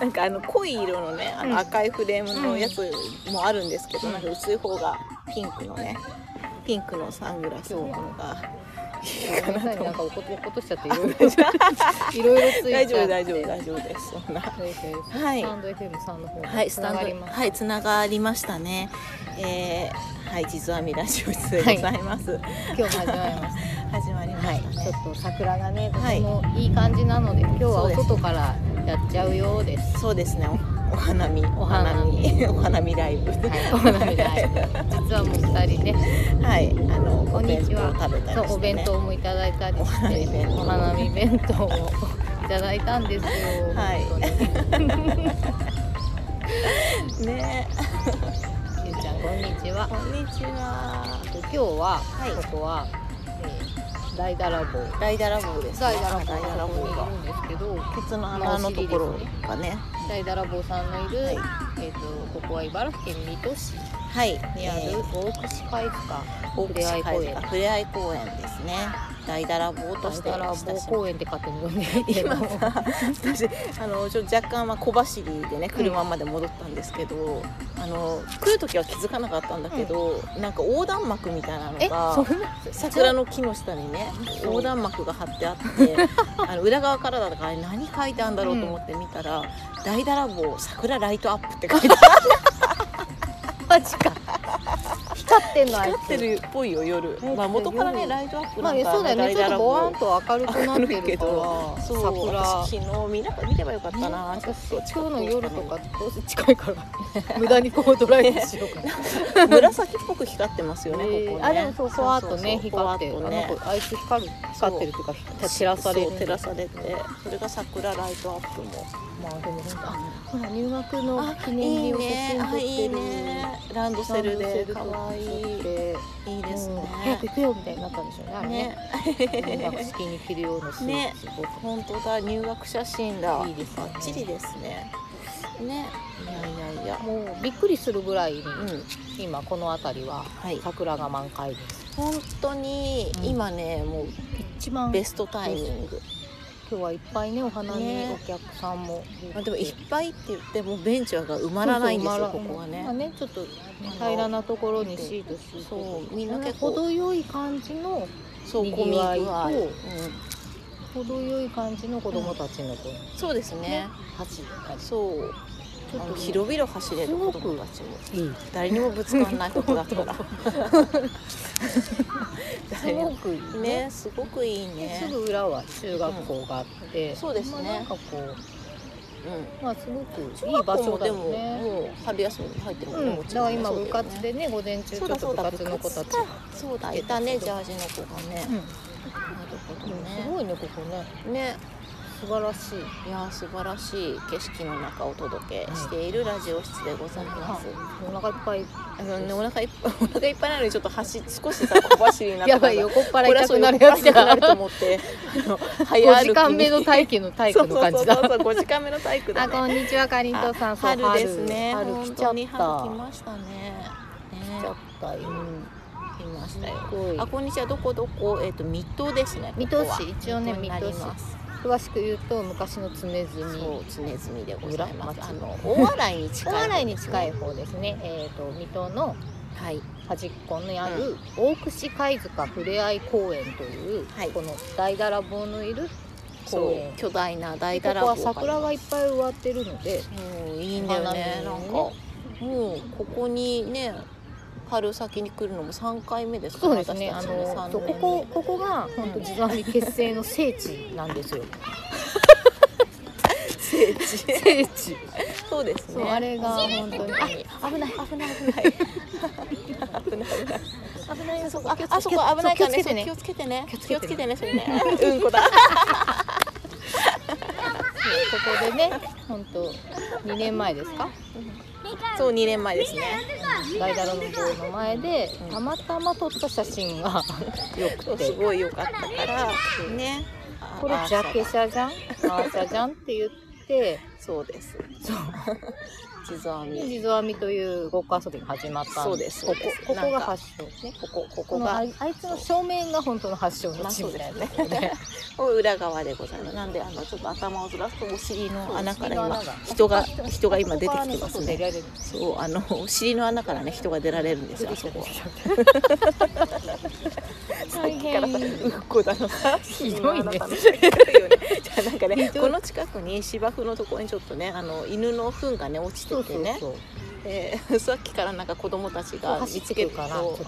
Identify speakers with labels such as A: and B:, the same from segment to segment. A: なんかあの濃い色のねあ
B: うん
A: の赤いフレームのやつもあるんですけど、なんか薄い方がピンクのねピンクのサングラスの方が
B: ごめんなさいねなんか怒っ落としちゃってい ろいろいろいろつい
A: 大
B: ち
A: 丈夫
B: ゃって
A: 大丈夫大丈夫ですそんな
B: そうですね
A: はい
B: スタンド FM さんの方
A: は
B: で
A: い、
B: つ
A: スタ
B: な
A: ン
B: がり
A: ド、
B: ます、
A: はい、つながりましたね。えー、はい、実はみラジオ室でございます。
B: 今日も始まりまし
A: 始まりました
B: た
A: ね。
B: ちょっと桜がねと
A: は
B: て
A: い
B: もいい感じなので、今日は
A: そう
B: お
A: です
B: 外からやっちゃうようです
A: そうですね、おお花見、お
B: 花
A: 花
B: 見
A: 見、お花見ライブ。
B: はい、お花見で会えた実はもう二人ね
A: はい、あの、
B: こ
A: お
B: んに
A: 弁
B: ち
A: 当
B: は
A: を食べたりして、ね。
B: そうお弁当もいただいたり
A: お
B: し
A: 花見
B: て
A: 弁当
B: お花見弁当をいただいたんですよ、
A: はい
B: 本当に
A: ね、
B: ゆうちゃんこんにちは
A: こんにちは。
B: 今日は、
A: はい
B: ここは、えー、大だらぼう
A: 大だらぼうです、
B: 大だらぼう
A: 大だら
B: がこ
A: ぼう
B: こにい
A: が
B: る。んですけど
A: ケツの穴のところがね。
B: 大だらぼうさんのいる、
A: はい
B: えー、とここは茨城県水戸市
A: はい、
B: にあ
A: え
B: る
A: ー
B: 大串会館
A: 大
B: ふれあ
A: 口
B: い
A: 海
B: 公
A: 岸
B: 園
A: ふれあい公園ですね。大だらぼうと
B: 大
A: して
B: だ
A: 親
B: らぼ
A: しまれ
B: う公園って勝手に呼んでるけど
A: 今さ私あのちょ若干まあ小走りでね車まで戻ったんですけど、あの来る時は気づかなかったんだけど、なんか横断幕みたいなの
B: えそ
A: が
B: んな
A: 桜の木の下にね
B: そう
A: 横断幕が張ってあって あの裏側からだからあれ何書いてあるんだろうと思って見たら「大だらぼう桜ライトアップ」って書いてあ
B: マジか光ってんのあい
A: る
B: つ
A: 光ってるっぽいよ夜、まあ、元からねライトアップ
B: ま
A: な
B: あ
A: んか
B: そうだよねちょっとボワ
A: う
B: ンと明るくなってる
A: 明るいけ
B: から
A: どそう私昨日見な見ればよかったな、
B: ね
A: ちょっ
B: 私
A: と
B: 今
A: 近
B: 日
A: く
B: の
A: に来た
B: 夜
A: に
B: とかどうせ近いから無駄にこうドライブしようか な、
A: 紫っぽく光ってますよね、ここね
B: あでもそうふわっ
A: そ
B: とね
A: うそう
B: 光って
A: ふわっと
B: あの
A: ね
B: 子あいつ光る光ってるっていうか照らされ
A: そう
B: る
A: 照らされてそれが桜ライトアップも
B: まあでも本当あほら入学の記念
A: いい
B: 日を写
A: ね
B: 真
A: あ
B: 撮ってる
A: いいねランドセルで可愛いい
B: で
A: いいですね
B: 早く行くよみたいになったんでしょうねあれ
A: ね
B: ね入学式に着るようなスー
A: ね
B: ツすごく
A: 本当だ入学写真だ
B: いいですね
A: バッチリですねねいやいやいや
B: もうびっくりするぐらいに
A: うん
B: 今この辺りは
A: はい
B: 桜が満開です
A: 本当に
B: うん
A: 今ねもう
B: 一番
A: ベ
B: 今
A: ストタイミング
B: 日はいっぱいねお花見
A: ね
B: お客さんも
A: あでもいっぱいって言ってもベンチはが埋まらないんです
B: そう
A: よ
B: そ
A: こ
B: う
A: こはね
B: まあねちょっと平らなところにシート敷いて
A: そうみ
B: み
A: ん
B: ん
A: な
B: な
A: 結構
B: 程よい感じの
A: そう
B: に
A: コ
B: ぎ
A: ミ
B: わい
A: ッ
B: と
A: ク愛、うん、
B: 程よい感じの子供たちのこう
A: そうですね
B: 走ったり
A: そう
B: ちょ
A: あ
B: っ
A: の
B: と
A: 広々走れる子供たちも
B: いい
A: 誰にもぶつからないことだから
B: す
A: 誰に
B: ご
A: も
B: くいいね
A: ねすごくいい
B: で
A: ね
B: すぐ裏は中学校があって、
A: んそうですね
B: まあ、なんかこう
A: う
B: まあすごく
A: ん
B: いい場所
A: 中学
B: だ
A: 校もで
B: よ
A: も
B: ね。
A: もう春休みに入ってもね
B: うん、
A: も
B: だ
A: ち
B: か
A: ろん
B: ら
A: ね
B: 今
A: そうだよ
B: 部
A: ね
B: 活でね午前中ち
A: そ
B: ょ
A: う
B: っ
A: だ
B: と
A: そう
B: 部
A: だ
B: 活の子たち
A: 部活かそうだいたねジャージの子がね
B: う、ん、
A: なるほ
B: で
A: ど
B: も
A: ね
B: すごいねここね
A: ね
B: 素晴らしい
A: いや素晴らしい景色の中をお届けしているラジオ室でございます、
B: お腹いっぱい
A: あのね、お腹いっぱい、お腹いっぱいなのに、ちょっと走、少しさ、小走りになった
B: や
A: か
B: ば
A: ら。
B: い横っ腹
A: これは
B: 痛
A: そう
B: くなる
A: や
B: や
A: つ
B: つ
A: だな
B: だ
A: ると思って、 あの、早
B: 5
A: 歩きに
B: 時間目の体育の体育の感じ
A: そうそう
B: だ
A: そうそう、五時間目の体育だ
B: あこ
A: ね。
B: んにちはかりんとうさんそう
A: 春ですね。
B: 春
A: 本
B: 来ち
A: 当
B: ゃった
A: に春来ましたね。
B: 来ちゃ
A: ね
B: っ、たよ
A: うん、来まし
B: す
A: たよ。
B: ごい
A: あ、こんにちは、どこどこ、えっ、と、水戸ですね。
B: 水戸
A: ここは
B: 市一応ね
A: 水戸になります。
B: 詳しく言うと昔の常住
A: そう、常住でございます。
B: 村
A: あの、大洗に近
B: 大
A: い、
B: 洗に近い。方ですね、えー、と水戸の
A: はい。
B: 端っこにある大串貝塚ふれあい公園という、
A: はい
B: この大だらぼうのいる
A: そ
B: 公
A: う
B: 園、
A: 巨大な大
B: こ
A: だら
B: こ
A: ぼ
B: は
A: うが
B: 桜がいっぱい植わってるので
A: うんいいんだよね
B: お
A: な
B: 花
A: んか
B: 見にね
A: もうここにね春先に来るのも3回目ですか
B: そ
A: ら
B: うですねあ
A: 私たちも
B: の
A: 3
B: そうこ
A: 年
B: こここが本当地蔵編結成の聖地なんですよ
A: 聖地
B: 聖地
A: そうですね
B: そうあれが本当に
A: 危な
B: あ
A: い危 ない危ない危ない危ない
B: 危ないよそこ
A: ああそこ危ないからねそれ気
B: そう
A: をつけてね
B: 気をつ
A: 気
B: けてね
A: をつけてねそれ ねうんこだ
B: ここでね本当2年前ですか
A: そう2年前ですね
B: 大だらの棒の前で
A: うん
B: たまたま撮った写真がよ
A: そ
B: く
A: うす
B: て
A: ごい良かったからね
B: これ
A: あ
B: ジャケ写じゃんアーシャじゃんって言って
A: そうです
B: そう
A: 地編み
B: 水編みという動く遊びが始まったん
A: そうです
B: ここここ
A: なん
B: が
A: か
B: 発祥ね
A: ここここ
B: このあ
A: が
B: いあいつの正面が本当の発祥の地みたいなところで
A: 裏側でございますなんであのちょっと頭をずらすとお尻の穴から
B: そ
A: 今
B: うお尻の穴が
A: 人が 人が今出てきてます
B: そう出
A: ね
B: られる
A: そうあのお尻の穴からね人が出られるんですよあそこは
B: 大
A: さっきか
B: 変
A: らさうっこだのさ
B: ひ どいね
A: ひどいよねじゃあなんかね
B: ひどい
A: この近くに芝生のところにちょっとねあの犬の糞がね落ち
B: そ
A: て
B: うそ
A: て
B: う
A: ね
B: そう
A: でさっきからなんか子供たちが
B: 走
A: 見
B: っ
A: つ
B: て
A: け
B: く
A: る
B: る
A: と
B: からちょっと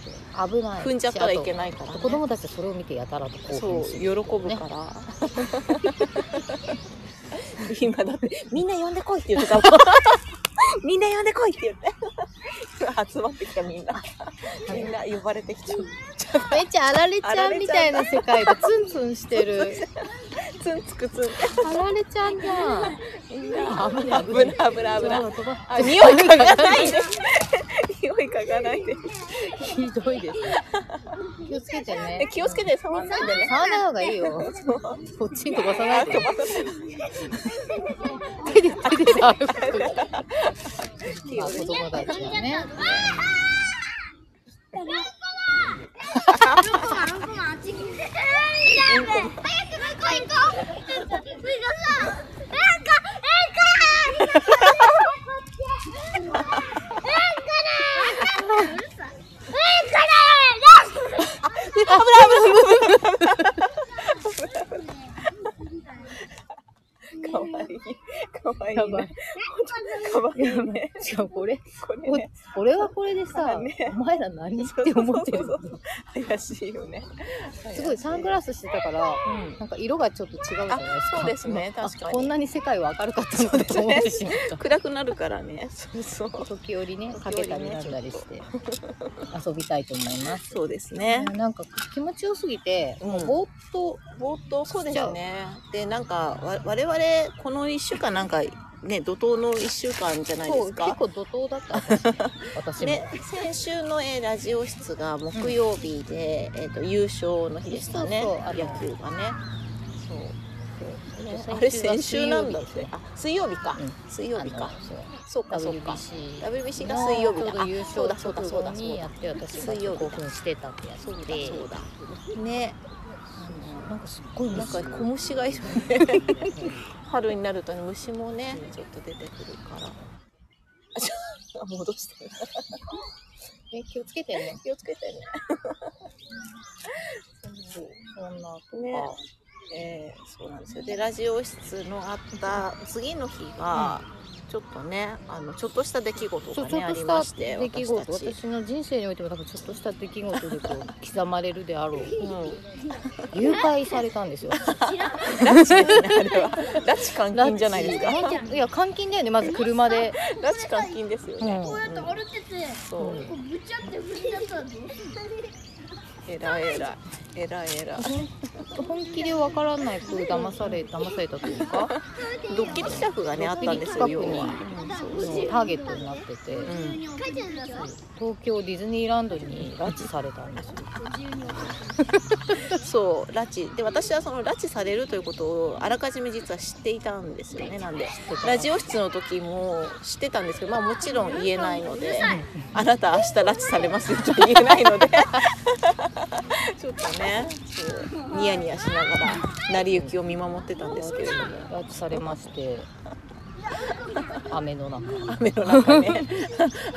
B: 危ない
A: 踏んじゃったらいけ
B: ない
A: ないから、ね、
B: 子供たちはそれを見てやたらと興
A: そう
B: 奮す
A: 喜
B: る
A: ぶから 今だ ってみんな呼んでこいって言って たもんみんな呼んでこいって言って集まってきたみんなみんな呼ばれてきちゃう
B: めっちゃあられちゃんみたいな世界でツンツンしてる
A: ツンつくツン
B: あられちゃんじゃん
A: みんな
B: 危
A: 危
B: な
A: ないい危ない危ない危ない
B: い
A: あ匂い嗅がないで匂い嗅がないで
B: ひどいですね気をつけてね
A: 気をつけて触んないでね
B: 触らない方がいいよ
A: そう
B: こっちに飛ばさないで手で手で触ることにまあ子供たちはね
C: あんこがあっち行けない早く向こう行こう。なんか、ええか。なんかな。うんこだ
A: かわいいかわい
B: や
A: い
B: ば
A: ね
B: い
A: かわいいね
B: しかもこれ
A: これ
B: こ
A: ね
B: これはこれでさ、
A: ね
B: お前ら何って思ってる
A: そうそうそう怪しいよね
B: すごいサングラスしてたから、
A: うん
B: なんか色がちょっと違うじゃないですか
A: あそうですね
B: あ
A: 確かに
B: こんなに世界は明るかったのだと思ってしまった、
A: 暗くなるからねそうそう
B: 時折ねか
A: 時
B: け
A: 折ね
B: たりなんだりして 遊びたいと思います、
A: そうですね
B: なんか気持ちよすぎて、
A: うん
B: もうぼーっと
A: 冒頭そうですねでなんかわ我々この1週間なんかね怒涛の1週間じゃないで
B: そ
A: す
B: う結
A: か
B: 構怒涛だった私ね私も、
A: で先週の、えーラジオ室が木曜日で、えー、と優勝の日でしたね
B: そうそうあの
A: 野球がね
B: そう
A: あれ先週なんだってあ水曜日か、
B: うん
A: 水曜日か
B: あのそう
A: そうかそうか
B: WBC
A: WBC が水曜日
B: ちょ
A: だ
B: うど
A: あ
B: 優
A: そう
B: 勝
A: だそうだそう
B: 直後
A: だそう
B: に
A: だ
B: やって私が
A: 水曜日だ
B: 興奮してたってやつ
A: そうだ
B: で
A: そうだね
B: なんかすっごい
A: な
B: なんん
A: か
B: か
A: 小虫がいるね春になるとね虫もねちょっと出てくるから あちょあ戻してる
B: え 気をつけてね
A: 気をつけてね
B: そんなとか、
A: ねえーそうなんですよでラジオ室のあった次の日が、ちょっとねあのちょっとした出来事
B: そう
A: が
B: ちょ
A: ねあ
B: っと
A: りま
B: し
A: したて
B: 出来事
A: 私
B: 私
A: たち、
B: の人生においても多分ちょっとした出来事でこ う刻まれるであろ
A: う
B: う
A: ん、
B: 誘拐されたんです よ
A: 拉致ですねあ れは拉致監禁じゃないですか
B: 拉 致いや監禁だよねまず車で、
A: 拉致監禁ですよね、
B: うん
C: こうやって歩けて、
A: そう
C: こうぶちゃってぶちゃったの。
A: えらいえらいえらいえらい
B: 本気でわからないく騙され騙されたというか
A: ドッキリ企画が ねあったんですよ
B: ドッキリ
A: 要
B: 企画
A: は
B: に、
A: うんそうそう
B: ターゲットになってて、
A: うん
C: 書いてるんだぞ。
B: 東京ディズニーランドに拉致されたんですよ
A: そう拉致で私はその拉致されるということをあらかじめ実は知っていたんですよねなんでラジオ室の時も知ってたんですけど、まあ、もちろん言えないので「あなた明日拉致されますよ」と言えないの でちょっとねそうニヤニヤしながら成り行きを見守ってたんですけれども
B: 拉致されま して雨の中
A: 雨の中 ね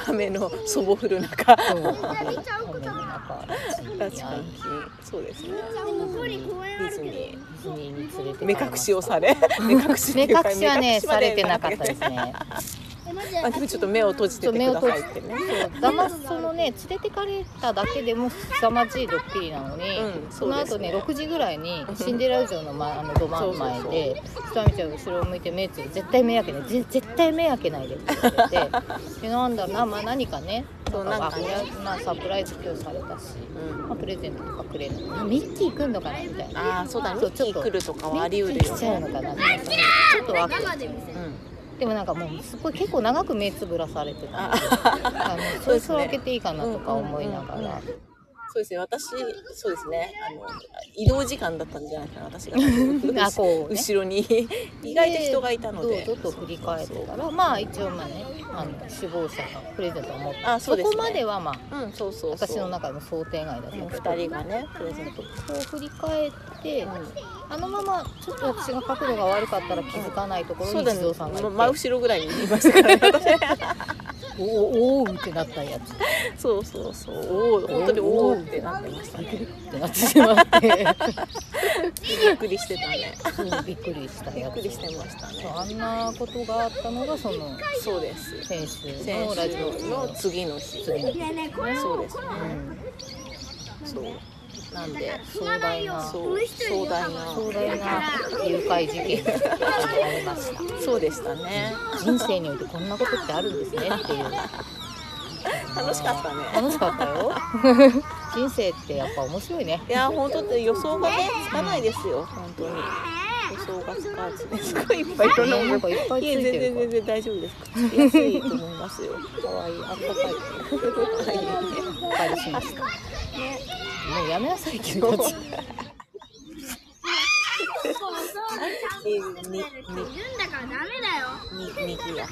A: 雨のそぼ降る中
B: そう雨の中
A: 拉致
B: 拉致
A: 監禁そうですね
C: 残り公園
A: ディ
C: ある
A: ズ
C: け
A: ニ
C: ど。
A: ー
B: ディズニーに連れて
A: 目隠しをされ目隠しっ
B: 目
A: ていう
B: 隠
A: か
B: しは
A: 目隠
B: ね
A: しま
B: さ
A: で
B: れてなかったですね
C: え、まず、
A: あでもちょっと目を閉じてて
B: 目
A: く
B: を
A: だ
B: 閉
A: さい
B: じ
A: って
B: て
A: ね。
B: だますそのね連れてかれただけでも凄まじいドッキリなのに、
A: うん
B: その後ね
A: そうですね
B: 6時ぐらいにシンデレラ城の前 あのど真ん前でひとみちゃんが後ろを向いて目つぶって絶対目開けないぜ絶対目開けないでって言われて でなんだろうな、まあ、何かね
A: そう
B: なん
A: な
B: か
A: んかね
B: あこれはまあサプライズ今日されたし、
A: うん
B: まあ、プレゼントとかくれるのあミッキー来んのかなみたいな
A: ああそうだね。ミ
B: そう
A: ッキ
B: ちょっ
A: ー
B: と
A: 来るとかはあり得る
B: ミッキ
A: よ
B: ー来ちゃう
A: ね。
B: のかなみたいなちょっとワクワク
C: 生で見せる。
A: うん
B: でもなんかもうすごい結構長 く目つぶらされてたんであのそろそろ開けていいかなとか思いながら、
A: そうですね、私、そうですね、あの、移動時間だったんじゃないかな、私が。
B: あこうね
A: 後ろに、意外と人がいたので。
B: どうぞと振り返ってたらまあ一応まあねあの首謀者がプレゼントを持って
A: あそうですね
B: こまではまあ
A: うん、そうそうそう。
B: 私の中でも想定外だったけど
A: うん二人がね、プレゼント。
B: こう振り返って、
A: うん
B: あのままちょっと私が角度が悪かったら気づかないところ
A: そう
B: に
A: だ
B: 一
A: ね
B: 蔵さんがいて、
A: ま真後ろぐらいにいました からね私
B: おおおーってなったやつ
A: そうそうそうおお本当におおってなってましたね
B: ってなってしまって
A: びっくりしてたね
B: そうびっくりした
A: びっ
B: や
A: く
B: つ
A: りしてました
B: そう
A: ね
B: あんなことがあったのがその
A: そうです
B: 先週
A: 先
B: のラジ
A: 週
B: オ
A: の
B: の
A: 次の日
B: 次の日、
A: そうですね
B: うん、
A: そうなんで
B: 壮大な壮
A: そう壮大な
B: 大な誘拐事件がありました
A: そうでしたね
B: 人生においてこんなことってあるんですねっていう
A: 楽しかったね
B: 楽しかった よ人生ってやっぱ面白いね
A: いや本当って予想がねつかないですよ本当に予想がつかずねすごいいっぱいいろんなも
B: なん
A: の
B: かいっぱいつ
A: いや
B: い
A: 全
B: て
A: 然全
B: る
A: 然大丈夫ですくっつきやすいと思いますよ
B: かわいいあったかい
A: は
B: お借りしましたもうやめなさい君たち
A: いいいにに
C: いるんだからダメだよ。
A: ににぎや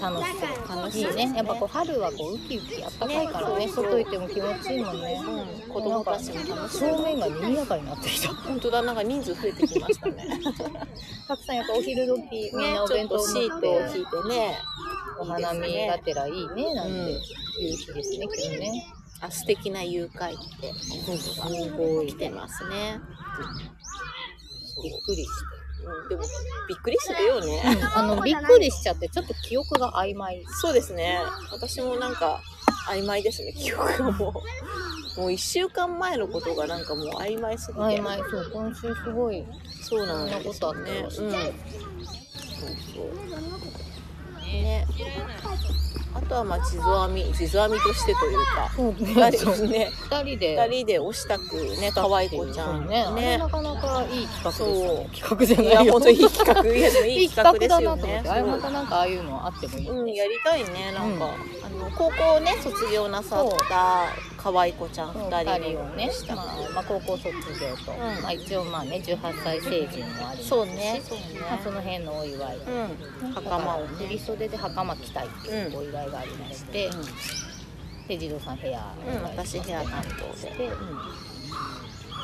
B: 楽しそう楽しいねやっぱこう春はこうウキウキあったかいからね外行っても気持ちいいもんね、
A: うん子供たちも楽しそう
B: 正面が賑やかになってきた
A: 本当だなんか人数増えてきました ね
B: たくさんやっぱお昼時みん
A: ね
B: なお
A: ちょ
B: 弁
A: っ
B: 当
A: と
B: 持
A: シ
B: っ
A: ートを
B: て
A: 引いてね
B: お花見がてらいいねなんて
A: うん
B: いう日ですね今日ね
A: あ素敵な誘拐ってことが来てますね、
B: びっくりし
A: うん、でもびっくりするよね
B: てあのびっくりしちゃってちょっと記憶が曖昧
A: そうですね私もなんか曖昧ですね記憶がもうもう1週間前のことがなんかもう曖昧すぎて
B: 曖昧そう今週すごい
A: そうなん
B: そんな
A: で
B: こ
A: す
B: とあ
A: よ
B: っ
A: ね
B: て
A: うん
B: ま
A: そ
B: す
A: うそうねあとはまあ地蔵編み地蔵編みとしてというか
B: そう
A: 二
B: ね
A: 人ね
B: 2人
A: 二
B: で
A: 人でおしたくね可愛い子ちゃん
B: ねあれ
A: ね
B: なかなかいい企画です
A: そ
B: よ
A: う
B: ね企画じゃ
A: い
B: な
A: や
B: いよ
A: 本当いい企画いやでもい
B: い
A: い
B: い
A: 企画
B: 企
A: で
B: 画
A: す
B: だ
A: よ
B: なと思っ
A: ね
B: てあれまたなんかああいうのあってもいい
A: うんやりたいねなんか、
B: うん
A: あの高校をね卒業なさった可愛い子ちゃん
B: そう
A: 二
B: 2
A: 人
B: 人を
A: を
B: ね
A: ね、した
B: まあまあ、高校卒業と、
A: ん
B: まあ、一応まあね18歳成人もありますし
A: そうねそうね
B: まあ、その辺のお祝いを、
A: うん
B: だから
A: 袴をね
B: 振り袖で袴着たいってい
A: ん
B: うお祝いがありまして、で児童さんヘア
A: うん、うん、私ヘア担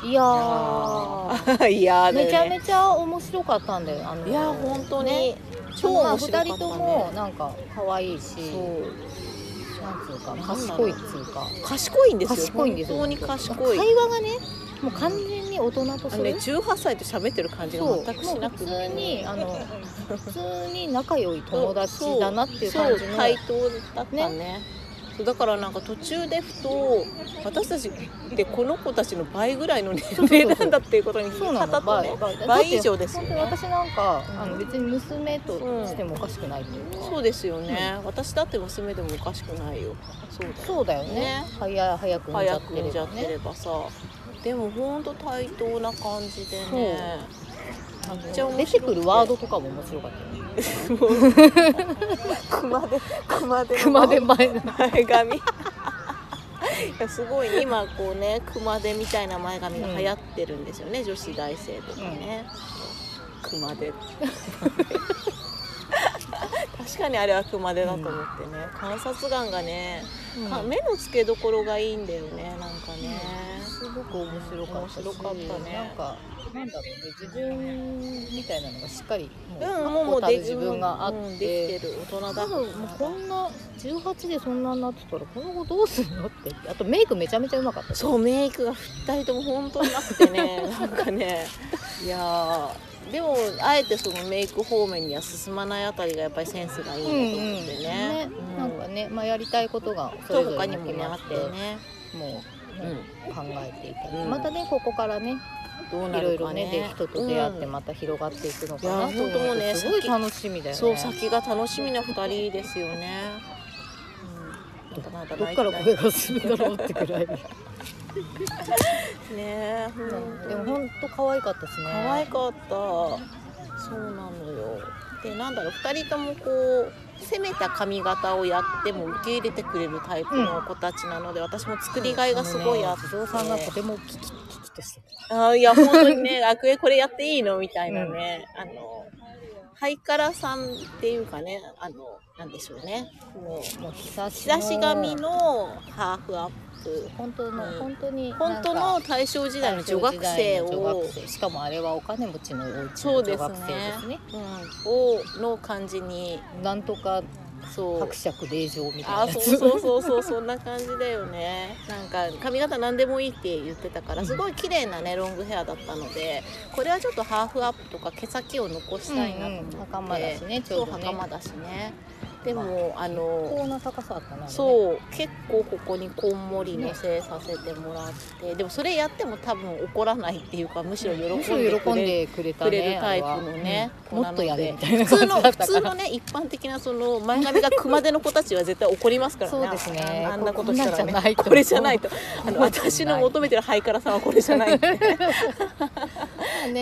A: 当で、
B: いやー
A: うん、いやーだよね
B: めちゃめちゃ面白かったんだよあの
A: いやー本当に、
B: ね
A: 超面白かったね
B: 2人ともなんか可愛いし
A: そう
B: なんつうか
A: なんだろう
B: 賢いっつうか
A: 賢いんですよ
B: 賢いんですよ
A: 本当に賢い
B: 会話がねもう完全に大人と
A: あ
B: す
A: のね
B: る
A: 18歳と喋ってる感じが
B: そうもう
A: 全くしな
B: 普
A: くて
B: 通にあの普通に仲良い友達だなっていう感じ
A: そう
B: の
A: 対等だったねそうだからなんか途中でふと私たちってこの子たちの倍ぐらいの年齢なんだっていうことに
B: そうな
A: 方
B: の
A: とね
B: 倍倍
A: 倍以上ですよ
B: 本
A: ね
B: 当に私なんか、
A: うん
B: あの別に娘としてもおかしくないっていうか、
A: そうですよね、私だって娘でもおかしくないよそうだよ
B: そうだよね
A: ね
B: 早早く産んじゃ
A: 早
B: っ
A: く
B: て
A: 産ん
B: れ
A: じゃ
B: ば
A: って
B: ね
A: ればさでもほんと対等な感じで
B: そう
A: ね めっちゃ面白
B: 出
A: く
B: てくるワードとかも面白かったよね
A: 熊手熊手の
B: 熊手前の
A: 前髪 いやすごいね今こうね熊手みたいな前髪が流行ってるんですよね、女子大生とかね、熊手 確かにあれは熊手だと思ってね、観察眼がね、か目の付けどころがいいんだよねなんかね、
B: すごく面白かったし
A: 面白かったね
B: なんかなんだろうね自分みたいなのがしっかり
A: うん、
B: もう確
A: もうも
B: 固
A: う
B: た
A: で
B: る自分があって、
A: うんできてる大人だ
B: 多分もうこんな18でそんなになってたらこの後どうするのってあとメイクめちゃめちゃうまかったし
A: そうメイクが2人とも本当になくて ねなんかねいやーでもあえてそのメイク方面には進まないあたりがやっぱりセンスがいいなと思ってね
B: ね。なんかね、まあ、やりたいことがそ
A: と
B: れぞ
A: 他
B: れ
A: に
B: に
A: も
B: 決
A: ねあ
B: ま
A: っ
B: ってて
A: ね、
B: もう、ね
A: う
B: 考えていたり、
A: うん
B: またねここからね
A: ん、どうない
B: ろい
A: る
B: ろ
A: かね
B: ねで人と出会って
A: うん
B: また広がっていくのかなと
A: いや
B: 思
A: 本当も
B: う
A: う
B: と、
A: ね
B: すごい
A: 先
B: 楽しみだよね
A: そう先が楽しみな2人ですよね、うん、まだまだ
B: ど
A: 泣
B: っ
A: いてな
B: から
A: い
B: これが進むんだろうってくらい で
A: ね本当に
B: も本当可愛かったですね
A: 可愛かったそうなのよでなんだろう2人ともこう攻めた髪型をやっても受け入れてくれるタイプの子たちなので、私も作りがいがすごいあって、
B: 不動さんがとてもキキキキとしてる
A: あーいや、本当にね、楽園これやっていいのみたいなね、あの、ハイカラさんっていうかね、あの、なんでしょうね。もう、
B: もう日差し
A: 日差し髪のハーフアップ。
B: 本当の、
A: うん
B: 本当に
A: 本当
B: なん
A: の
B: か
A: 大正時代の女学生
B: 大正時代の女
A: を
B: 学、生しかもあれはお金持ちのお家
A: そう
B: の
A: で
B: 女
A: す
B: 学
A: ね
B: 生ですね。
A: うん、を、の感じに、
B: なんとか
A: そう
B: 伯。爵令嬢みた
A: あ
B: いなや
A: ー
B: つ
A: そうそうそうそうそんな感じだよねなんか髪型何でもいいって言ってたからすごい綺麗なねロングヘアだったのでこれはちょっとハーフアップとか毛先を残したいなと思って、
B: うんうん袴だしねち
A: そ
B: ょ
A: うう
B: どね
A: 袴だしねでもあの
B: 高な高さあったなあれね
A: そう結構ここにこんもり乗せさせてもらってでもそれやっても多分怒らないっていうかむしろ喜
B: むし
A: んで
B: ろ喜
A: く
B: ん
A: れる
B: でくれた
A: く
B: ね
A: れるタイプのね
B: あれはうんもっとやれみたいな
A: 普通
B: 感じだ
A: の
B: った
A: 普
B: から
A: 通のね一般的なその前髪が熊手の子たちは絶対怒りますからね
B: そうですね
A: あんなことしたら、ね、
B: こんなんじゃないと
A: これじゃないとあの
B: こんなんじゃない
A: 私の求めてるハイカラさんはこれじゃない
B: ね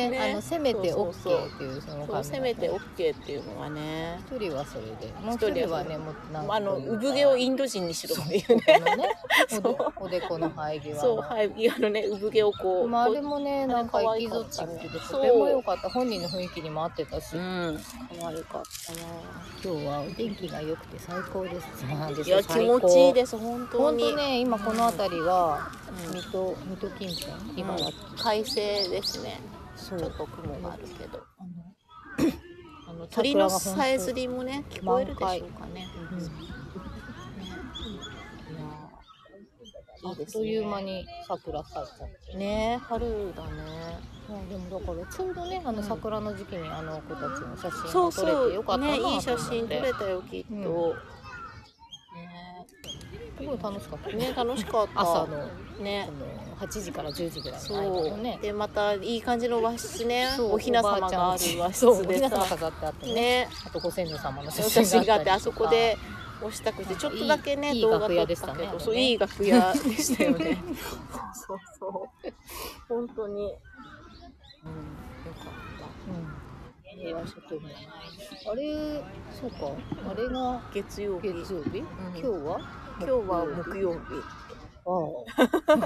A: ね
B: あのせめて
A: そうそうそう
B: OK っていうそ の
A: そう
B: 感じ
A: せめて OK っていうのはね
B: 一人はそれでもう一人はねもうなん
A: あの産毛をインド人にしろっていうね
B: このねおで
A: そう
B: おでこの生え際の
A: そうはいあのね産毛をこう、
B: まああれもね
A: れ
B: なんか
A: 可
B: エ
A: 愛
B: キ
A: か
B: ゾ
A: っ
B: チ
A: たね
B: ックで
A: そ
B: と
A: う
B: ても良かった本人の雰囲気にも合ってたし
A: う
B: 今
A: ん可愛かったな
B: 日はお天気が良くて最高です
A: いや気持ちいい
B: す
A: です本当
B: 本
A: に
B: 当ね今この辺りは
A: うん
B: 水戸水戸近辺茨城
A: 快晴ですね
B: そ
A: ちょ
B: う
A: っと雲があるけど
B: あの
A: あの鳥のさえずりもね聞こえるでしょうかね。
B: うん
A: い
B: あ
A: い
B: っ
A: です
B: と
A: ね
B: いう間に桜咲いちゃって、
A: ねえ春だね。
B: まあでもだからちょうどねあ
A: う
B: の
A: ん
B: 桜の時期にあの子たちの写真
A: そ
B: が
A: う
B: 撮れ
A: そ
B: てよかっ
A: う
B: たな
A: ね
B: と思って
A: いい写真撮れたよきっ
B: うん
A: と。
B: すごい楽しかった
A: ねね楽しかった。
B: 朝の
A: ね
B: そ。の8時から10時ぐらいの
A: そ
B: 間の
A: う、
B: ね
A: でまたいい感じの和室ね
B: そう
A: おひな様
B: ばあちゃん
A: がある和
B: そう
A: 室
B: お
A: で
B: ひな様
A: さ
B: 飾ってあってね
A: ね
B: あとご先祖様の写
A: お写真が
B: 真が
A: あっ
B: あってて
A: あそこでお支度してちょっとだけね
B: いい
A: 動画撮
B: いい楽
A: っ
B: 屋
A: たけ
B: で
A: ど
B: したね
A: そう
B: あれね
A: いい楽屋でしたよ ねそうそう本当に、うん、よかった
B: うん平和食堂あれそうかあれが
A: 月曜日
B: 月曜日、今日は
A: 今日は木曜日
B: あ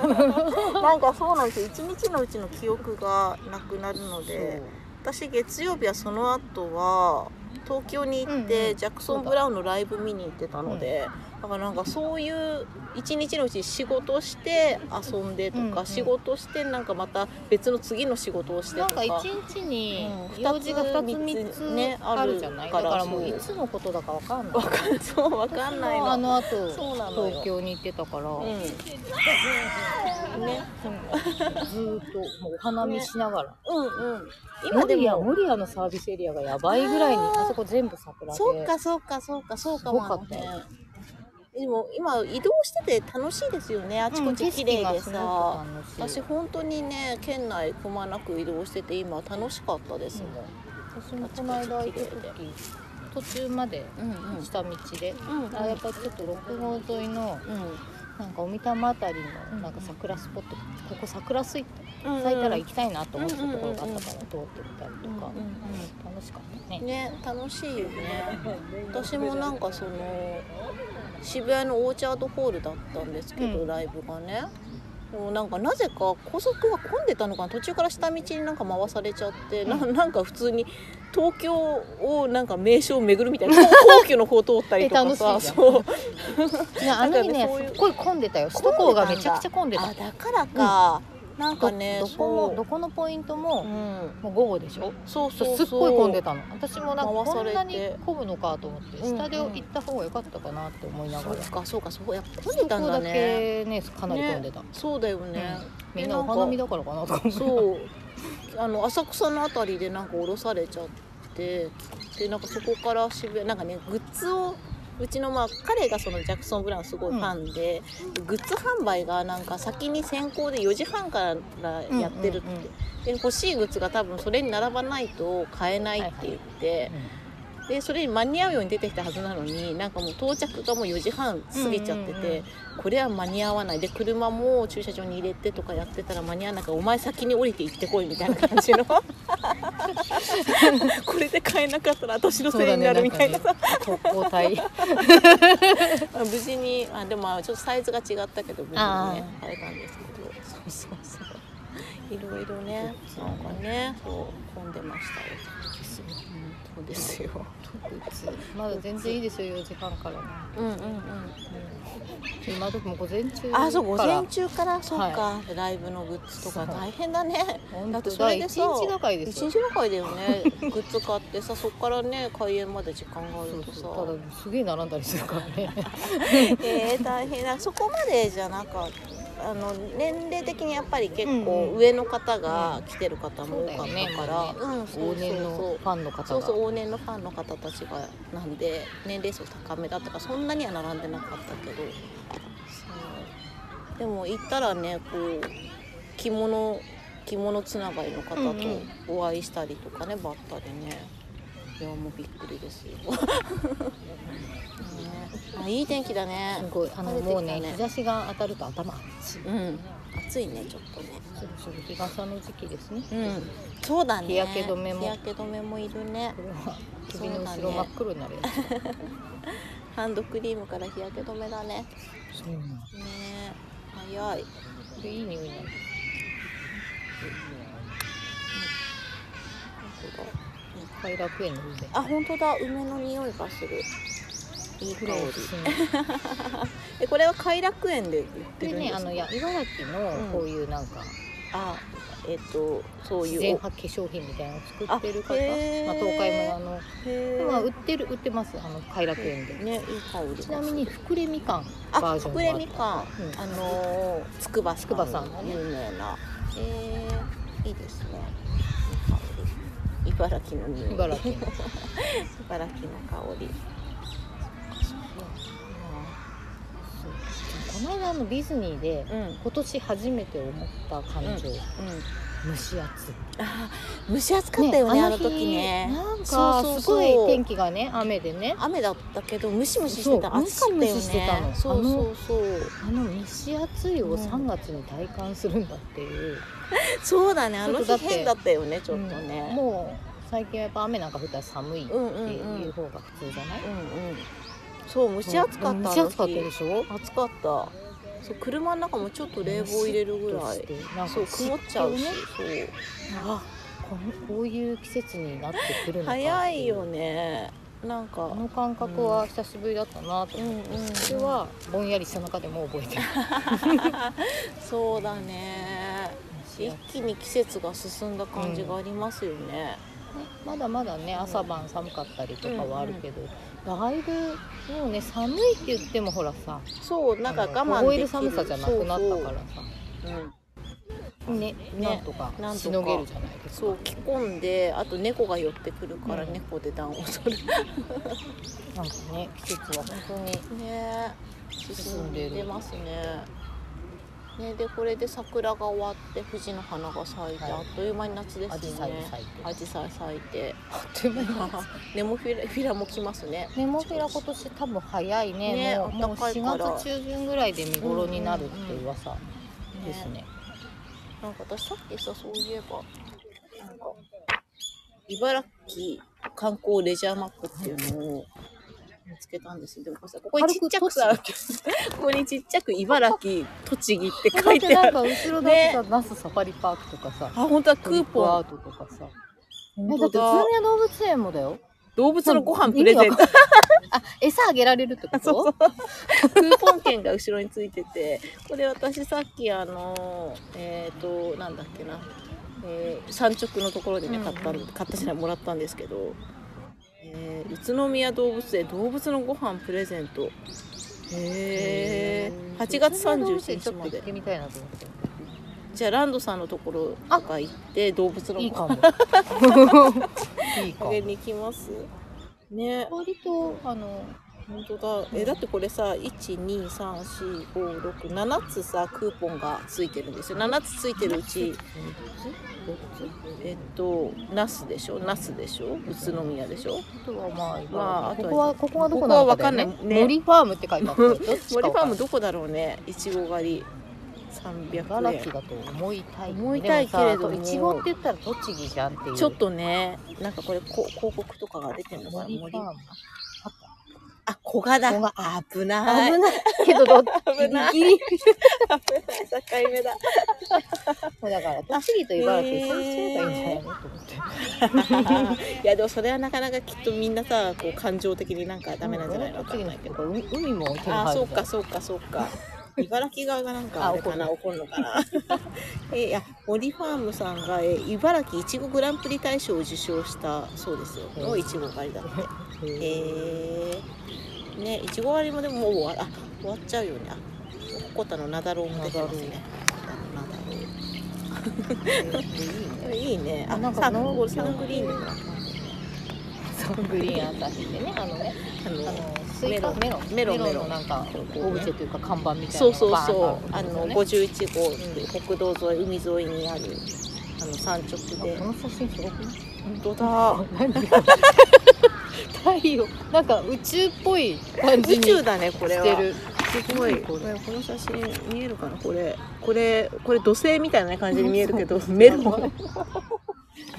A: なんかそうなんですよ一日のうちの記憶がなくなるの
B: あ
A: で私月曜日はその後は東京に行っ
B: うん
A: て、
B: うん
A: ジャクソン・ブラウンのライブ見に行ってたので、だからなんかそういう一日のうち仕事して遊んでと
B: うん
A: か、
B: うん
A: 仕事してなんかまた別の次の仕事をし
B: そう
A: てと
B: なん
A: か
B: か一日に
A: うん
B: 用事が
A: 二つ
B: 2つ3つ
A: ね
B: あるじゃない
A: あ
B: だ
A: るから
B: からも
A: そう
B: ういつのことだかわかんない
A: わかん そうわかんない
B: 私もあ
A: の。
B: のあと
A: そうなのよ
B: 東京に行ってたから、
A: う
B: ず
A: ん、ね、
B: ーっともうお花見しながら、
A: うんうん。
B: モ
A: 今で
B: リア
A: も。
B: モリアのサービスエリアがやばいぐらいに
A: あー
B: あそこ全部桜で
A: そうかそうかそうかそうかも
B: すごかったよ
A: でも今移動してて楽しいですよねあちこち綺麗でさ、私
B: 私
A: 本当にね県内くまなく移動してて今楽しかったですも
B: 私もこの間行った時途中まで
A: ん、うん、
B: 下道で、
A: うんうん
B: あやっぱちょっと六号沿いのなんか海玉あたりのなんか桜スポット、ここ桜スイッチ
A: うん
B: 咲いたら行きたいなと思ってたところがあったから通ってみたりとか、
A: うんうん
B: 楽しかった
A: うん
B: ね。
A: ね楽しいよね私もなんかその渋谷のオーチャードホールだったんですけど、
B: うん
A: ライブがねでもなんかなぜか高速が混んでたのかな途中から下道になんか回されちゃって、な なんか普通に東京をなんか名所を巡るみた いな皇居の方通ったりとかさ
B: え楽しいじゃん
A: そう
B: いやあの日
A: なんかね
B: ね
A: そういう
B: すっごい混んでたよ首都高がめちゃくちゃ混んでた
A: あだからか、なんかね
B: どどこもどこのポイント
A: そう,、
B: も、
A: う
B: も
A: ん、
B: う午後でしょ
A: そう
B: そ
A: そうう
B: すっごい混んでたの私もなんか
A: 回さ
B: こ
A: れて
B: んなに混むのかと思って
A: うんうん
B: 下で行った方が良かったかなって思いな
A: そ
B: が
A: う
B: ら、
A: かそうかそうやっぱ混ん
B: そ
A: でたん
B: こ
A: だ
B: だ
A: ね
B: けねかなり混んでた、
A: そうだよね、
B: みんなお花見だからかなとか思う
A: そうあの浅草の辺りでなんか降ろされちゃってでなんかそこから渋谷なんかねグッズをうちのまあ彼がそのジャクソン・ブラウンすごいファンで、グッズ販売がなんか先に先行で4時半からやってるって、
B: うんうんうん
A: で欲しいグッズが多分それに並ばないと買えないって言って、
B: うん
A: でそれに間に合うように出てきたはずなのになんかもう到着がもう4時半過ぎちゃってて、
B: うんうんうん
A: これは間に合わないで車も駐車場に入れてとかやってたら間に合わないからお前先に降りて行ってこいみたいな感 じのこれで買えなかったら私の
B: そう
A: せい
B: だ
A: に
B: ね
A: な
B: な
A: る
B: ん
A: み
B: か
A: たい
B: ね
A: なさ
B: 特攻隊
A: まあ無事にあでもまあちょっとサイズが違ったけど無事
B: あ
A: にね買えたんですけどそうそうそういろいろねなんかねそう混んでましたよ、うん、そうですよ
B: まだ全然いいですよ4時半からね
A: うんうんうん
B: 今どこも午前中
A: あそう午
B: から
A: 前中からそうか、ライブのグッズとか大変だね
B: 本当
A: だってそれでさ
B: だ一日がかりです
A: 一
B: よ
A: 日がかりだよねグッズ買ってさそっからね開演まで時間があ
B: そ
A: る
B: う
A: とさ
B: そうただすげえ並んだりするからね
A: えー、大変だそこまでじゃなかったあの年齢的にやっぱり結
B: うん
A: 構
B: うん
A: 上の方が来てる方も多かったから
B: そうだ
A: うんそう
B: 往年
A: そ
B: の
A: う
B: ファンの方が
A: そうそう往年のファンの方たちがなんで年齢層高めだったからそんなには並んでなかったけどそうでも行ったらねこう着物着物つながりの方
B: うんう
A: と
B: ん
A: お会いしたりとかねばったりねいやもうびっくりです よ、ねあいい天気だね
B: すごいあの
A: 晴れてきたね
B: もうね日差しが当たると頭熱い
A: うん暑いねちょっとね
B: そろそろ日傘の時期ですね、
A: うんそうだね
B: 日焼け止めも
A: 日焼け止めもいるね
B: これは首の後
A: そう
B: ろ
A: だね
B: 真っ黒になるやつ
A: ハンドクリームから日焼け止めだね
B: そうなんこ
A: ねえ早い
B: れいい匂いになる
A: 本
B: 偕楽園の上
A: 当だあ本当だ梅の匂いがするいい香
B: こ
A: り
B: れおすすめ
A: えこれは偕楽園で売っ
B: こ
A: て
B: れ
A: るんです
B: ね
A: か
B: あのいや茨城のこういうなんか、
A: あえっ、とそういう
B: 自然派化粧品みたいなのを作ってる方
A: あへー
B: まあ、東海もあの
A: へ
B: 今
A: ー
B: 売ってる売ってますあの偕楽園で、
A: ねいい香りがする
B: ちなみに膨れみかんバ
A: あ
B: ージョン
A: 隠れみかん
B: うん
A: あのー筑波
B: 筑波さんの
A: の
B: ね
A: 有名なえー、いいですねいい香り茨城の匂い
B: 茨城の
A: 茨城の香り
B: この間のディズニーで
A: うんうん
B: 今年初めて思った感情、蒸し暑い
A: あー蒸し暑かったよねあの
B: 日
A: 時ね
B: なん
A: そ
B: か
A: うそうそう
B: すごい天気がね雨でね
A: 雨だったけどムシムシしてた
B: そう
A: 暑かったよね
B: ムシムシしてたの
A: そうそうそう
B: あの蒸し暑いを
A: うん
B: 3月に体感するんだっていう、
A: そうだねあの
B: ち
A: 日
B: ょっとだって
A: 変だったよねちょっと
B: うん
A: ね
B: もう最近はやっぱ雨なんか降ったら寒いって
A: うんうんうんうんう
B: いうん方が普通じゃない、
A: そう蒸し暑かった
B: 蒸し暑かったでしょ
A: 暑かったそう車の中もちょっと冷房入れるぐらい
B: なんか
A: そう曇っちゃうし、
B: 湿気をねあこのこういう季節になってくる
A: そう
B: のかってう
A: 早いよねなんか
B: この感覚は久しぶりだったなと
A: う
B: 思って、
A: んうん
B: 私はぼんやりした中でもう覚えてる
A: そうだね 一気に季節が進んだ感じがありますよね、
B: まだまだね朝晩寒かったりとかはあるけど、だいぶもうね寒いって言ってもほらさ
A: そうなんか我
B: あ
A: 慢
B: の凍
A: でき
B: える
A: る
B: 寒さじゃなくなったからさ
A: そうそううん
B: ね
A: ね
B: なんとか
A: なんとか
B: しのげるじゃないですか
A: そう着込んであと猫が寄ってくるから
B: うん
A: 猫で暖を取 る、
B: なんかね季節は本当に
A: ね進んでますねねでこれで桜が終わって藤の花が咲いて、
B: はい
A: あっという間に夏ですね
B: 紫陽花咲いて
A: 紫陽花咲いて
B: あっという間に
A: ネモフィラフィラも来ますね
B: ネモフィラ今年多分早いね
A: ね
B: もうもう
A: 暖かいから
B: 4月中旬ぐらいで見頃になるっていう噂ですね、
A: なんか私さっきさそういえばなんか茨城観光レジャーマップっていうのを見つけたんですよでもこれさここにちっちゃくさここにちっちゃく茨城栃木って書
B: だっ
A: い
B: て
A: て
B: な
A: あ
B: ん
A: る
B: か後ろだってさ、那須サファリパークとかさ
A: あ本当はク
B: クー
A: ー
B: ポンア
A: ポ
B: ートとかさえ
A: ン
B: だ
A: 本
B: って宇
A: 当
B: 都
A: だ
B: 宮動物園もだよ
A: 動物のご飯プレゼント
B: あ餌あげられるってこと
A: そうそうクーポン券が後ろについててこれ私さっきあのえっ、となんだっけな、えー産直のところでね
B: うんう
A: 買
B: ん
A: ったん買ったじゃないもらったんですけど、えー宇都宮動物園動物のご飯プレゼントへえ8月31日ま
B: ちょっと行
A: で
B: ってみたいなと思って
A: じゃあランドさんのところとか行って動物の
B: いい
A: ご
B: か
A: 飯
B: も いいか
A: あ
B: も
A: げに行きますね
B: 割とあの
A: 本当だえだってこれさ1234567つさクーポンがついてるんですよ7つついてるうちえっと那須でしょ那須でしょ宇都宮でしょ
B: あとはまあ、
A: まああと
B: こ
A: は
B: こはここはどこなのか
A: ここは
B: だよ
A: わかんないね
B: ね。森ファームって書いてある。ど っちかわかん
A: 森ファーム
B: ど
A: どこだろうねいちご狩り300
B: 茨
A: 円
B: 城だと思いたい。
A: 思いたいけれども
B: でさいちごって言ったら栃木じゃんっていう。
A: ちょっとねなんかこれこ広告とかが出てるのかな
B: 森ファ
A: 森
B: ーム。
A: あ小賀だ
B: 古賀
A: 危ない
B: 危ないけどどっ
A: 危ない
B: ちギリギリ
A: 危ない境目だ
B: もうだから栃木と茨城
A: へー
B: そうすればいいんじゃないのと思って。
A: いやでもそれはなかなかきっとみんなさこう感情的になんかダメなんじゃないのわか
B: 栃
A: ん
B: 木
A: な
B: の
A: いけ
B: 人
A: ど
B: とか海海も手に
A: あー
B: 入
A: そ
B: る
A: うかそうかそう か茨城側がなんかあれかな
B: あ
A: 怒るのかな えいや森ファームさんがえ茨城いちごグランプリ大賞を受賞したそうですよ
B: へー
A: のいちご狩りだって
B: う
A: へえねいちご狩りもでももう終わあ終わっちゃうよねあココタのナダロウも出てますねナダロウこれいいねあ
B: な
A: なんん
B: か
A: かサン
B: 農
A: ゴールサングリーンでもな
B: サングリーンあたしでねあのね
A: あ
B: あ
A: の
B: のスイカメロン
A: メロンメロン
B: のなんか
A: こうね
B: オブジェというか看板みたいな
A: そうそう
B: の
A: そう、
B: が
A: あ
B: バーンと
A: の
B: るんですよね
A: 51号っていう国道沿い、海沿いにある。あの山直で。
B: この写真 すごくない
A: 本当だ。
B: 太陽なんか宇宙っぽい感じ
A: 宇
B: に
A: 宙
B: し
A: だね、これは。
B: てる
A: すごい。これ、この写真見えるかな、これ。これ、これ土星みたいな感じに見えるけど、メ ロン。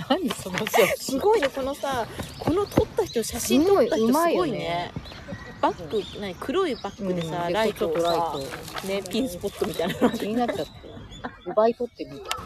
B: 何その写
A: す
B: 真
A: ごいね、このさ、この撮った人、写真撮った人、
B: う
A: す
B: まいよ
A: ごい
B: ね
A: ね。バッグ、何、黒いバッグでさ、ライトをさ、ね、ピンスポットみたいな の
B: 気になっちゃって奪い取ってみた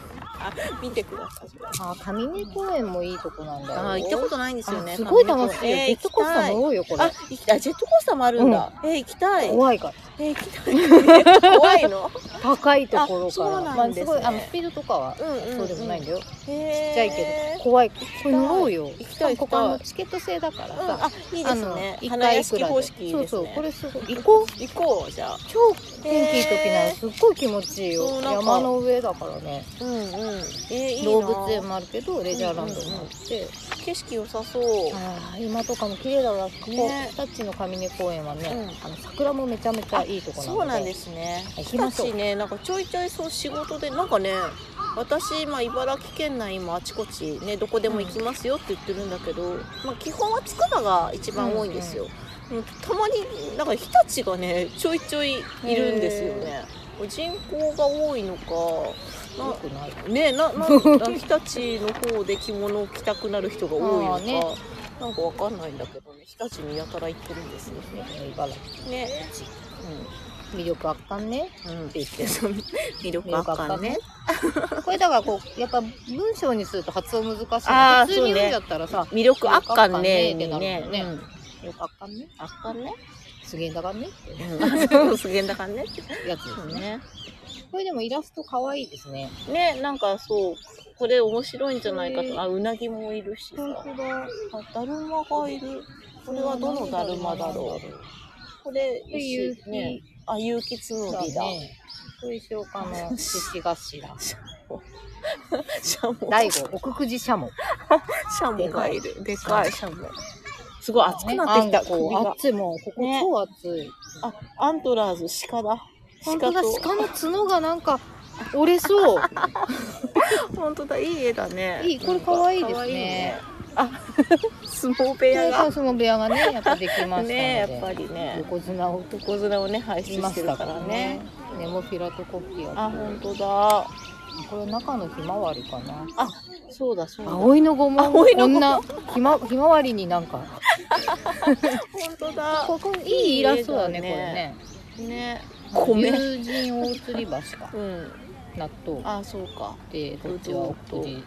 A: 見てください。
B: あ上根公園もいいとこなんだよ
A: あー、行ったことないんですよね。
B: あすごい楽しいよ、
A: えー
B: ジェットコースター乗ろうよこ
A: あ
B: れ、
A: 行きたい。ジェットコースターもあるんだ。えー、行きたい。
B: 怖いから
A: えー、行きたい。怖いの。
B: 高いところから
A: あそうなんですね
B: まあ、すごいあのスピードとか は
A: うんうん、
B: そうでもないんだよ、
A: ちっ
B: ちっ
A: ち
B: ちゃいけど怖いこれ乗ろうよ
A: 行きたい
B: しかもここあ
A: 行き
B: のチケット制だから
A: うん、
B: さ、
A: あ、いいですね。
B: 一
A: 花
B: 回
A: 屋
B: いく
A: 敷
B: らで
A: 方式ですね。
B: そうそうこれすごい
A: 行
B: 行こ
A: こ
B: う
A: う。行こうじゃあ。
B: 超天気いい時なのすっごい気持ちいいよ、
A: そうなんか
B: 山の上だからね
A: うんうん。えー、いいな。
B: 動物園もあるけどレジャーランドもあって、
A: 景色良さそう。
B: ああ今とかも綺麗だわここ、
A: ね
B: タッチの上根公園はね、
A: うん
B: あの桜もめちゃめちゃいいとこなので
A: そうなんですすね。
B: 行き
A: 日
B: ましょう
A: 立ね、なんかちょいちょいそう仕事で、なんかね、私、まあ、茨城県内、今、あちこち、ね、どこでも行きますよって言ってるんだけど、まあ、基本はつくばが一番多いんですよ。うんたまに、なんか日立がね、ちょいちょいいるんですよね。人口が多いのか、
B: よくない
A: なね、な、 な、日立の方で着物を着たくなる人が多いの
B: あ
A: か、
B: ーね
A: なんかわかんないんだけどね、日立にやたら行ってるんですよね。
B: 茨
A: ね。
B: 城魅力圧巻ね
A: うん。うん。って言って、その、魅力あかんね。
B: これだからこうやっぱ文章にすると発音難しい
A: あー
B: 普通
A: そ
B: に
A: う
B: 読
A: ね
B: んじゃったらさ
A: 魅力あっかんね
B: 魅力あっかんねってなるもんね
A: うん
B: 魅力圧巻ね
A: あっかんね
B: 杉枝がねって
A: うんすげえんだかんね
B: やつですね
A: ね
B: これでもイラスト可愛いですね
A: ねなんかそうこれ面白いんじゃないかとあうなぎもいるしさあだるまがいるこれはどのだるまだろうこれ
B: これ有機
A: ねあ有機つむぎだ
B: ね水晶化の獅子頭
A: シャモ
B: 大悟奥久慈シャモ
A: シャモがいるでかいシャモすごい熱くなってきた
B: あんこ
A: 首
B: う
A: が
B: 暑いもうここ
A: ね
B: 超暑い
A: あアントラーズ鹿だ
B: 本当だ
A: と
B: 鹿の角がなんか折れ そう
A: 本当だいい絵だね
B: いいこれ可愛いですね
A: なんか可愛いねあ 相撲部
B: で
A: 屋が
B: さその部屋がねやっぱできました ので
A: ねやっぱりね
B: 横綱を
A: 横綱をね排
B: い
A: 出
B: ま
A: して
B: し
A: る
B: た
A: か
B: からら
A: ね
B: ねネモフィラとコッキア
A: あ本当だ
B: これ中のひまわりかな
A: そうだそうだ本
B: 葵のごま
A: 葵
B: こ
A: の
B: ん
A: 御
B: なひまひまわりになんか
A: 当だ
B: ここいいイラストだねこれね
A: ね米
B: 友人大吊り橋か
A: うん
B: 納豆
A: あそうか
B: でこっちは奥久慈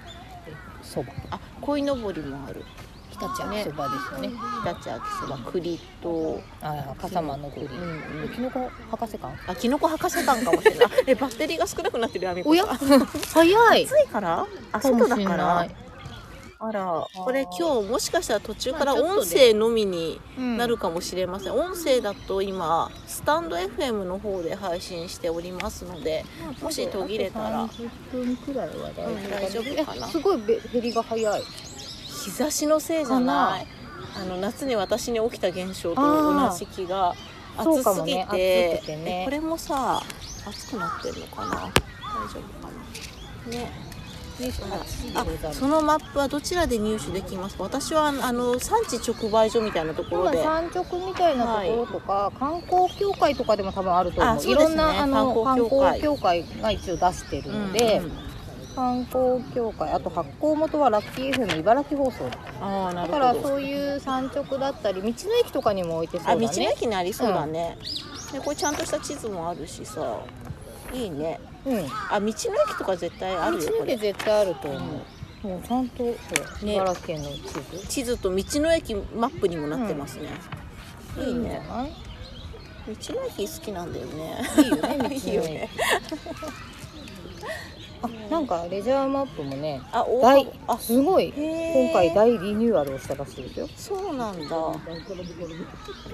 B: そば
A: あ鯉のぼりもある
B: 日立秋そばですよね
A: 日立秋そば栗と
B: ああ笠間の栗
A: うんうん
B: キノコ博士館
A: あキノコ博士館かもしれ ないあえバッテリーが少なくなってるやめ
B: おや 早い
A: 暑いからあ
B: かも
A: 外
B: し
A: だ
B: れ
A: から
B: ない
A: あらこれ今日もしかしたら途中か
B: ま
A: ら
B: あちょっと
A: 音
B: で
A: 声のみに
B: うん
A: なるかもしれません、音声だと今スタンド FM の方で配信しておりますのでもし途切れたら
B: あと30分くらいは大丈夫,、
A: うん大丈夫かな
B: えすごいべ減りが早い
A: 日差しのせいじゃないあの夏に私に起きた現象と同じ気が
B: あーそう
A: 暑
B: か
A: す
B: も
A: ぎて,、
B: ね暑くてね
A: えこれもさ暑くなってるのかな大丈夫かなねあ
B: あ
A: そのマップはどちらで入手できますか私はあの産地直売所みたいなところ
B: 今
A: で
B: 産直みたいなところとか、観光協会とかでも多分あると思う
A: あそうですね
B: いろんなあの観
A: 観
B: 光
A: 光協会
B: 協会が一応出してるので、
A: うんうん
B: 観光協会あと発行元はラッキー FM 茨城放送
A: あーな
B: だ
A: る
B: から
A: ほど
B: そういう産直だったり道の駅とかにも置いてそうだ
A: あ道
B: ね
A: の駅にありそうだね、でこれちゃんとした地図もあるしさいいね
B: うん
A: あ道の駅とか絶対あるよ
B: 道
A: こ
B: の
A: れ
B: 駅絶対あると思う、もうちゃんとほら
A: ね
B: 茨城県の地図
A: 地図と道の駅マップにもなってますね、いい
B: んじゃ
A: ね
B: ない
A: 道の駅好きなんだよね
B: いいよね道の 駅
A: いいよね
B: あなんかレジャーマップもね
A: あ大
B: 大
A: 幅あ
B: すごい
A: へー
B: 今回大リニューアルをしたらしいですよ
A: そうなんだ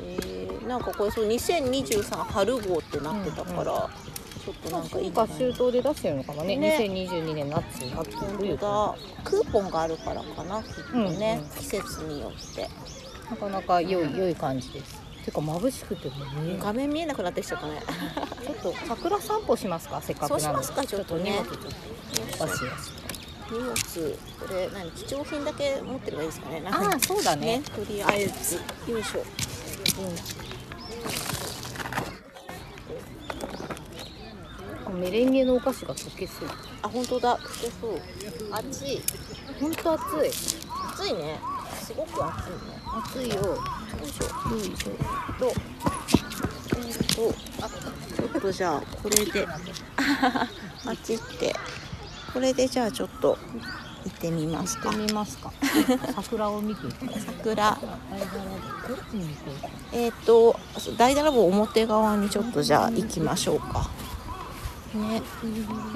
A: えー、なんかこれそう2023春号ってなってたから、
B: うん
A: ちょっとなんかいい
B: 春
A: んじゃな
B: 夏
A: い
B: 秋冬で出してるのかもね
A: ね
B: 2022年夏秋
A: 本
B: 冬
A: 当だクーポンがあるからかなきっとね、
B: うんうん
A: 季節によって
B: なかなか良い良い感じですてか眩しくても見えない
A: 画面見えなくなってきちゃったね
B: ちょっと桜散歩しますかせっかくなので
A: そうしますかちょっとね
B: ちょっと荷物ちょっとわしわし
A: 荷物これ何貴重品だけ持ってればいいですかねなんか
B: ああそうだね
A: ねとりあえずよいしょ、
B: メレンゲのお菓子が溶けそう
A: あ本当だそうそう暑い
B: ほんと暑い
A: 暑いねすごく暑いね
B: 暑いよよ
A: よいしょ
B: いしょ
A: えー、とあちょっとじゃあこれであっちってこれでじゃあちょっと行ってみます
B: 行
A: か
B: ってみますか桜を見ていく
A: 桜
B: どっちに行こうか
A: えっ、と大ダラボ表側にちょっとじゃあ行きましょうかね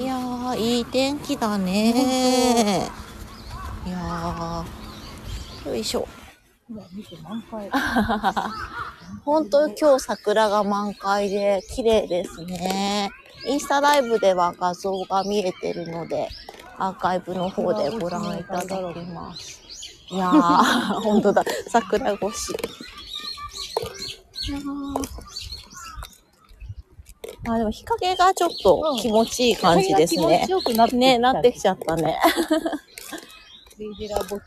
A: いやーいい天気だねいやーよいしょ
B: ほら見て満開
A: 本当今日桜が満開で綺麗ですね。インスタライブでは画像が見えてるので、アーカイブの方でご覧いただけます。いやー、 本当だ。桜越し。いやーあ、でも日陰がちょっと気持ちいい感じです
B: 気持
A: ね
B: ち。よくなってきた
A: ね、なってきちゃった ね。
B: レジラボッチ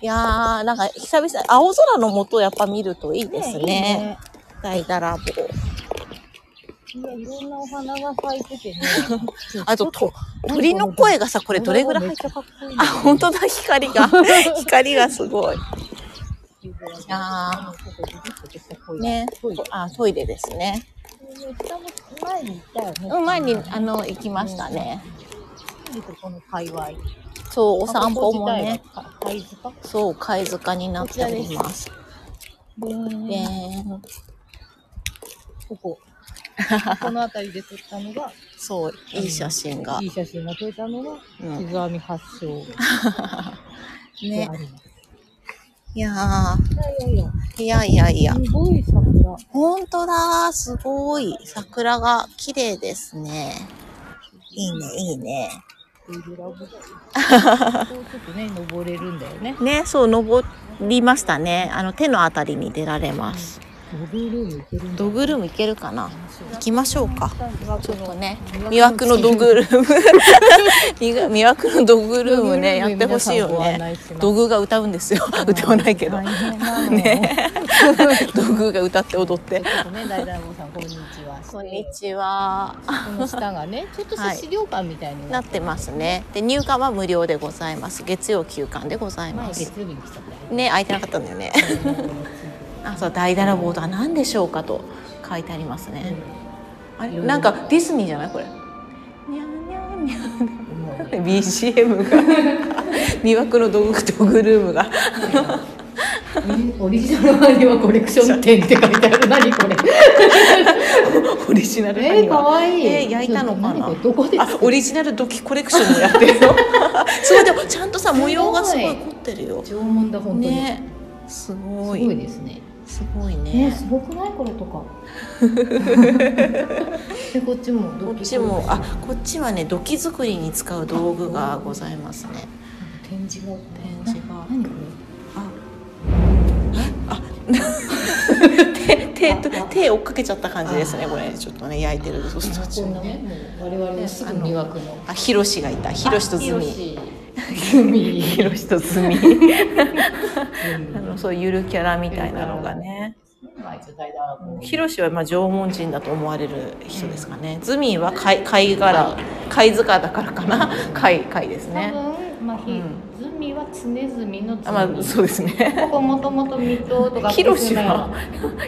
A: いやー、なんか久々、青空の下やっぱ見るといいです
B: いい
A: ね。大だらぼ。
B: いやいろんなお花が咲いててね
A: あと、と、鳥の声がさ、これどれぐらい入
B: めっ
A: っ
B: ちゃかっこいい
A: あ、本当だ、光 が。光がすごい。あね。あ、トイレですね。
B: 前に行ったよね
A: うん、前に、あの、行きましたね。
B: この界隈
A: そう、お散歩もね。
B: 貝塚
A: そう、貝塚になっております。で
B: ねこここの辺りで撮ったのが
A: そう、 いい写真が
B: い。い写真が撮れたのが
A: うん、
B: 静網発祥で
A: ね
B: あ。ります、
A: いや
B: いや
A: ー、いやいや
B: いやいや
A: いや。
B: すごい桜
A: 本当だー、すごい。桜が綺麗ですね。いいね、いいね。
B: レジラボここちょっとね 登れるんだよね
A: ね、そう、登りましたね。あの、手のあたりに出られます。
B: 登れる行けるんだ
A: ドグルム行けるかな行きましょうか。ちょっとね、魅惑の
B: 惑の
A: ド
B: ド
A: グ
B: グ
A: ルーム。 魅惑のドグルームね、やってほしいよね。ド
B: グ
A: グが歌うんですよ。歌わないけど。
B: ね。
A: ドグが歌って踊って。
B: ちょっとね、大大門さん、こんにちは。
A: こんにちは。
B: この下がね、ちょっとし
A: は
B: た
A: い
B: 資料館みたいにな
A: な
B: っ
A: っててますね。で、入館は無料でございます。月曜休館でござい
B: 前
A: ま
B: 月
A: す。
B: 曜日に来ちゃった
A: ね、空いてなかったんだよね。
B: よね。
A: あ、そう、大だらぼうとは何でしょうかと書いてありますね。あれ、なんかディズニーじゃないこれ。にゃんにゃんにゃん。
B: もう
A: BGM が魅惑のドグドグルームが
B: オリジナル版にはコレクション店って書いてあ る。何これ。
A: オリジナル版には
B: えーかわいい
A: えー焼いたのか
B: ち
A: な
B: ょっと何これどこで
A: あオリジナルドキコレクションもやってるよそうでもちゃんとさ模様がすごい凝ってるよ
B: 縄文だ本当に。
A: ねす
B: す
A: ご
B: ご
A: い
B: いですね。
A: すごいね
B: ね、すごくないこれと か。でこっちも
A: こ
B: ド
A: っ
B: キ
A: ち
B: ドキ
A: もあこっちはね土器作りに使う道具がございますね
B: 展示が
A: 展示が
B: 何こ
A: あえ 手追っかけちゃった感じですねこれちょっとね焼いてるソース
B: こんなねもう我々のすぐ魅惑の
A: あヒロシがいたヒロシとズミ
B: ズ ミ
A: ヒロシとズミ あのそういうゆるキャラみたいなのがね
B: まあ一応大団子
A: ヒロシはまあ縄文人だと思われる人ですかねズミは貝貝殻貝塚だからかな貝貝ですね
B: 多分まあひ
A: うん
B: ズミは常々のズ
A: あまあそうですね
B: ここもともと水戸とか
A: ヒロシは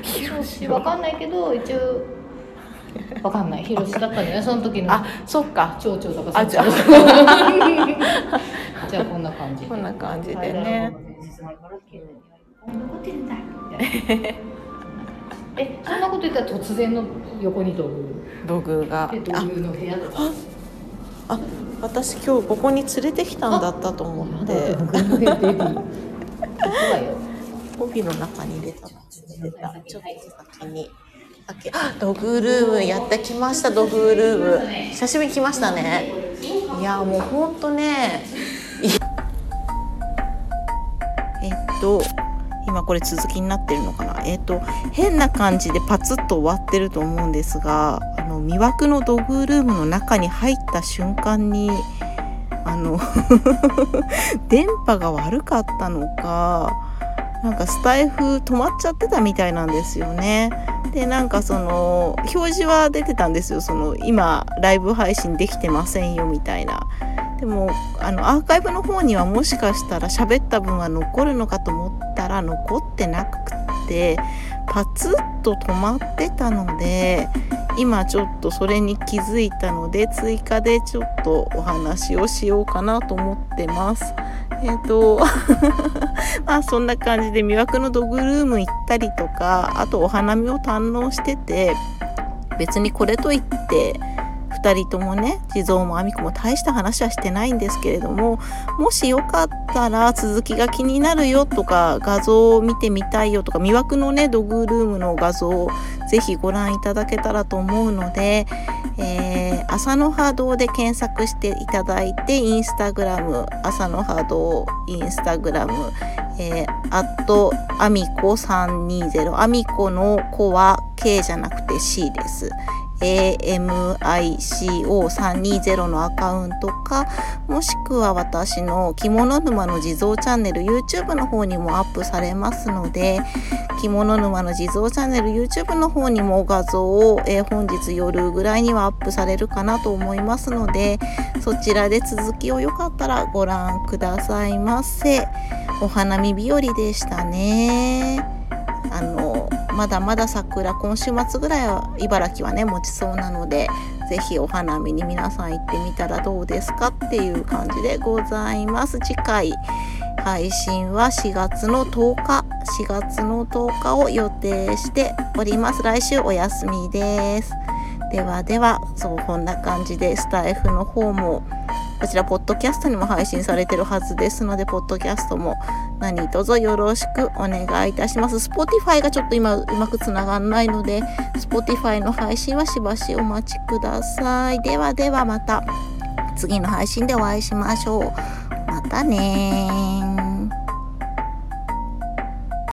B: ヒロシわかんないけど一応わかんないヒロシだったんじゃないその時の
A: あそっか
B: 蝶々と
A: あ
B: かそっち
A: じ
B: じゃあこんな感じ
A: こんな感じで
B: 階段
A: ね
B: の方の実際から綺麗に残ってるんだみたいなえそんなこと言ったら突然の横に飛ぶ
A: 土偶が
B: で土
A: あ
B: 偶の部屋とか
A: あ私今日ここに連れてきたんだったと思
B: ま
A: っ
B: だ
A: て
B: 土偶の部屋出る行くわよ
A: 帯の中に入れたの忘れてたちょっと先に先あドグルームやってきましたドグルーム久しぶりに来ましたねいやもうほんとねいえっと今これ続きになってるのかなえっと変な感じでパツッと終わってると思うんですがあの魅惑のドグルームの中に入った瞬間にあの 電波が悪かったのかなんかスタイフ止まっちゃってたみたいなんですよね。でなんかその表示は出てたんですよその今ライブ配信できてませんよみたいな。でもあのアーカイブの方にはもしかしたら喋った分は残るのかと思ったら残ってなくってパツッと止まってたので今ちょっとそれに気づいたので追加でちょっとお話をしようかなと思ってます。えっ、とまあそんな感じで魅惑のドグルーム行ったりとかあとお花見を堪能してて別にこれといって2人ともね地蔵も亜美子も大した話はしてないんですけれどももしよかったら続きが気になるよとか画像を見てみたいよとか魅惑のねドグルームの画像をぜひご覧いただけたらと思うので、えー朝の波動で検索していただいてインスタグラム朝の波動インスタグラムえー、あと、アミコ320。アミコの子は K じゃなくて C です。AMICO320 のアカウントか、もしくは私の着物沼の地蔵チャンネル YouTube の方にもアップされますので、着物沼の地蔵チャンネル YouTube の方にも画像を、えー本日夜ぐらいにはアップされるかなと思いますので、そちらで続きをよかったらご覧くださいませ。お花見日和でしたね。あのまだまだ桜今週末ぐらいは茨城はね持ちそうなのでぜひお花見に皆さん行ってみたらどうですかっていう感じでございます次回配信は4月の10日4月の10日を予定しております来週お休みですではではそうこんな感じでスタイフの方もこちらポッドキャストにも配信されてるはずですのでポッドキャストも何卒よろしくお願いいたします。Spotify がちょっと今うまくつながんないので Spotify の配信はしばしお待ちください。ではではまた次の配信でお会いしましょう。またねー